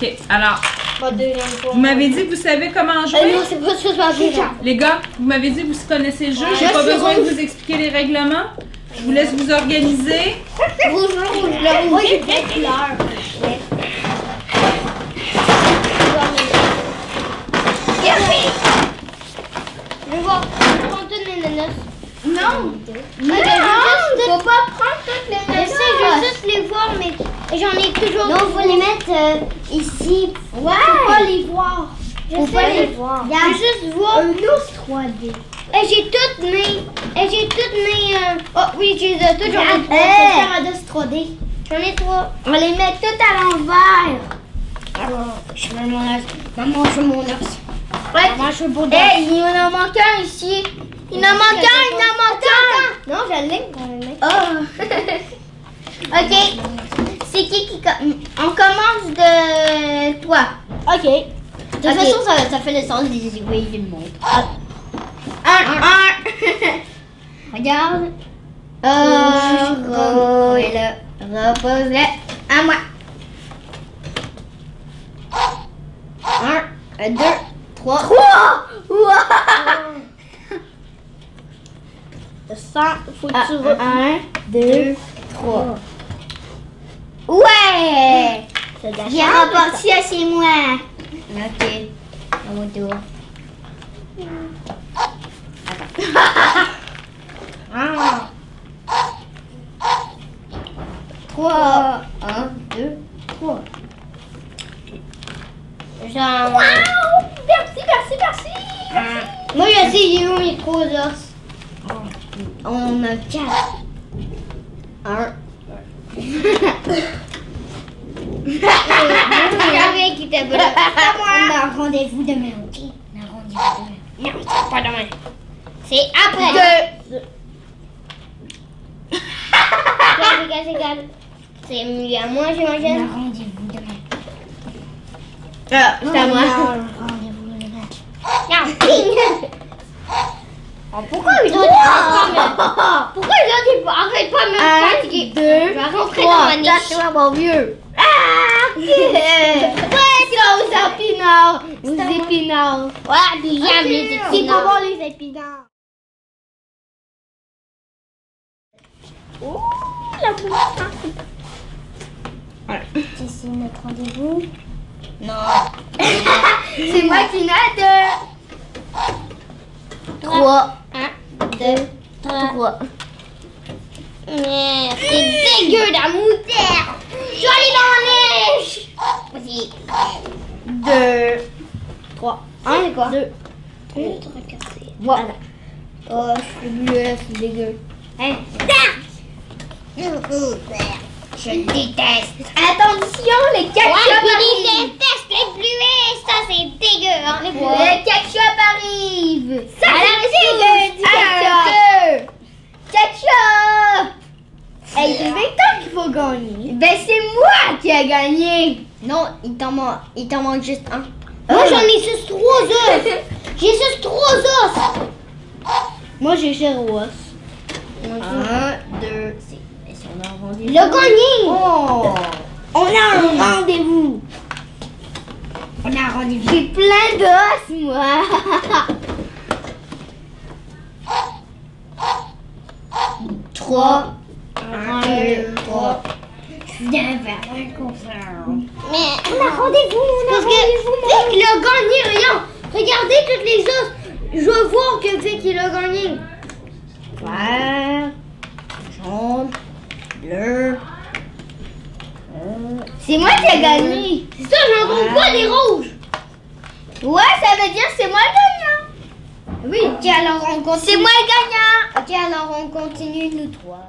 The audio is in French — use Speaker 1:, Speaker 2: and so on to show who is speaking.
Speaker 1: OK, alors,
Speaker 2: Ma deuxième fois.
Speaker 1: vous m'avez dit que vous savez comment
Speaker 2: Euh,
Speaker 1: jouer.
Speaker 2: non, c'est pas ça, je m'en vais.
Speaker 1: Les gars, vous m'avez dit que vous connaissez le jeu. J'ai
Speaker 2: Je
Speaker 1: pas
Speaker 2: suis
Speaker 1: besoin de
Speaker 2: rouge.
Speaker 1: vous expliquer les règlements. Je vous laisse vous organiser.
Speaker 2: Rouge, rouge, le rouge. est de couleur. Merci. Je vais prendre toutes les nanas.
Speaker 3: Non,
Speaker 2: Non, faut pas prendre toutes les
Speaker 3: je sais, je veux juste les voir, mais j'en ai toujours. Non, faut les mettre euh, ici. Ouais. Faut pas les voir. Je
Speaker 2: Faut
Speaker 3: sais,
Speaker 2: pas les
Speaker 3: mais-
Speaker 2: voir.
Speaker 3: Il y a juste voir.
Speaker 2: Un ours 3D.
Speaker 3: Et j'ai toutes mes. Et j'ai toutes mes. euh, Oh oui, j'ai les ai toutes. J'en ai
Speaker 2: Regarde, Eh.
Speaker 3: trois.
Speaker 2: hey.
Speaker 3: Faut faire un dos 3D. J'en ai trois. On les met toutes à l'envers.
Speaker 2: Je veux mon ours. Maman, je veux mon ours.
Speaker 3: Ouais.
Speaker 2: Maman, je veux mon ours.
Speaker 3: Hey, Eh, il en manque un ici. Il en manque un, il en manque un. Non, je l'ai. Oh. ok. C'est qui qui com- On commence de toi.
Speaker 2: Ok. De toute
Speaker 3: Ok.
Speaker 2: façon, ça, ça fait le sens des oui du monde.
Speaker 3: Un, un.
Speaker 2: Regarde.
Speaker 3: Oh, et ờ, là, repose-le à moi.
Speaker 2: Un, un, deux, trois.
Speaker 3: Trois. À,
Speaker 2: Ça, faut que
Speaker 3: Ah,
Speaker 2: tu re-
Speaker 3: un,
Speaker 2: deux, trois.
Speaker 3: Ouais.
Speaker 2: Ça gâche
Speaker 3: J'ai
Speaker 2: rien,
Speaker 3: remporté, c'est moi.
Speaker 2: ça. Ok. À mon tour. Un. Trois. Un, deux, trois. J'en-
Speaker 3: Wow. Merci, merci, merci.
Speaker 2: Moi, je sais, j'ai eu mes trois os. Oh. On a quatre. Un.
Speaker 3: J'avais qui t'a
Speaker 2: Voilà.
Speaker 3: moi.
Speaker 2: On a rendez-vous demain, ok? On a rendez-vous demain.
Speaker 3: Non, c'est pas demain. C'est après. Regarde, regarde, regarde. C'est mieux à moi,
Speaker 2: On a
Speaker 3: j'imagine.
Speaker 2: rendez-vous demain.
Speaker 3: Ah, c'est à
Speaker 2: On
Speaker 3: moi.
Speaker 2: a rendez-vous demain.
Speaker 3: Non, ping.
Speaker 2: Oh, Pourquoi
Speaker 3: il doit- Pourquoi les autres, ils arrêtent pas de me fatiguer?
Speaker 2: deux,
Speaker 3: Je vais rentrer dans ma niche.
Speaker 2: Quatre, mon vieux.
Speaker 3: Ah!
Speaker 2: Sauce épinards. Vous
Speaker 3: C'est à moi.
Speaker 2: épinards.
Speaker 3: Ouais, puis j'aime les
Speaker 2: Ok,
Speaker 3: petits
Speaker 2: on va voir
Speaker 3: les épinards. Ouh, la hein. boule.
Speaker 2: C'est notre rendez-vous.
Speaker 3: C'est moi qui nade.
Speaker 2: Trois.
Speaker 3: Un,
Speaker 2: deux, trois.
Speaker 3: Mais C'est dégueu la moutarde. Je vais aller dans la neige. Vas-y.
Speaker 2: Deux, trois.
Speaker 3: Ah. Un, c'est quoi?
Speaker 2: Deux. Voilà. Oh, je suis bleu, c'est dégueu.
Speaker 3: Hein? Je déteste. Attention, les ketchup. je déteste les bluets. Ça, c'est dégueu. Hein, les
Speaker 2: Le
Speaker 3: ketchup arrive. Ça,
Speaker 2: À la
Speaker 3: c'est dégueu.
Speaker 2: du ketchup.
Speaker 3: Ketchup.
Speaker 2: Hey, c'est Victor qu'il faut gagner.
Speaker 3: Ben, c'est moi qui a gagné.
Speaker 2: Non, il t'en manque, il t'en manque juste un.
Speaker 3: Moi,
Speaker 2: Ah.
Speaker 3: j'en ai juste trois os. J'ai juste trois os.
Speaker 2: Moi, j'ai zéro os. Un, deux, c'est... Et si on a un rendez-vous?
Speaker 3: Le gagné.
Speaker 2: Oh!
Speaker 3: On a un rendez-vous.
Speaker 2: On a un rendez-vous.
Speaker 3: J'ai plein d'os, moi.
Speaker 2: Trois.
Speaker 3: Un,
Speaker 2: deux, trois.
Speaker 3: Bien fait.
Speaker 2: Confirme.
Speaker 3: Mais on a rendez-vous, on a rendez-vous. Vic l'a gagné, regarde. Regardez toutes les os. Je vois que Vic il a gagné.
Speaker 2: Vert. Jaune. Bleu. euh,
Speaker 3: C'est moi qui ai gagné. C'est ça, j'en trouve pas des rouges. Ouais, ça veut dire que c'est moi le gagnant. Oui.
Speaker 2: Ok, alors on continue.
Speaker 3: C'est moi le gagnant.
Speaker 2: Ok, alors on continue, nous trois.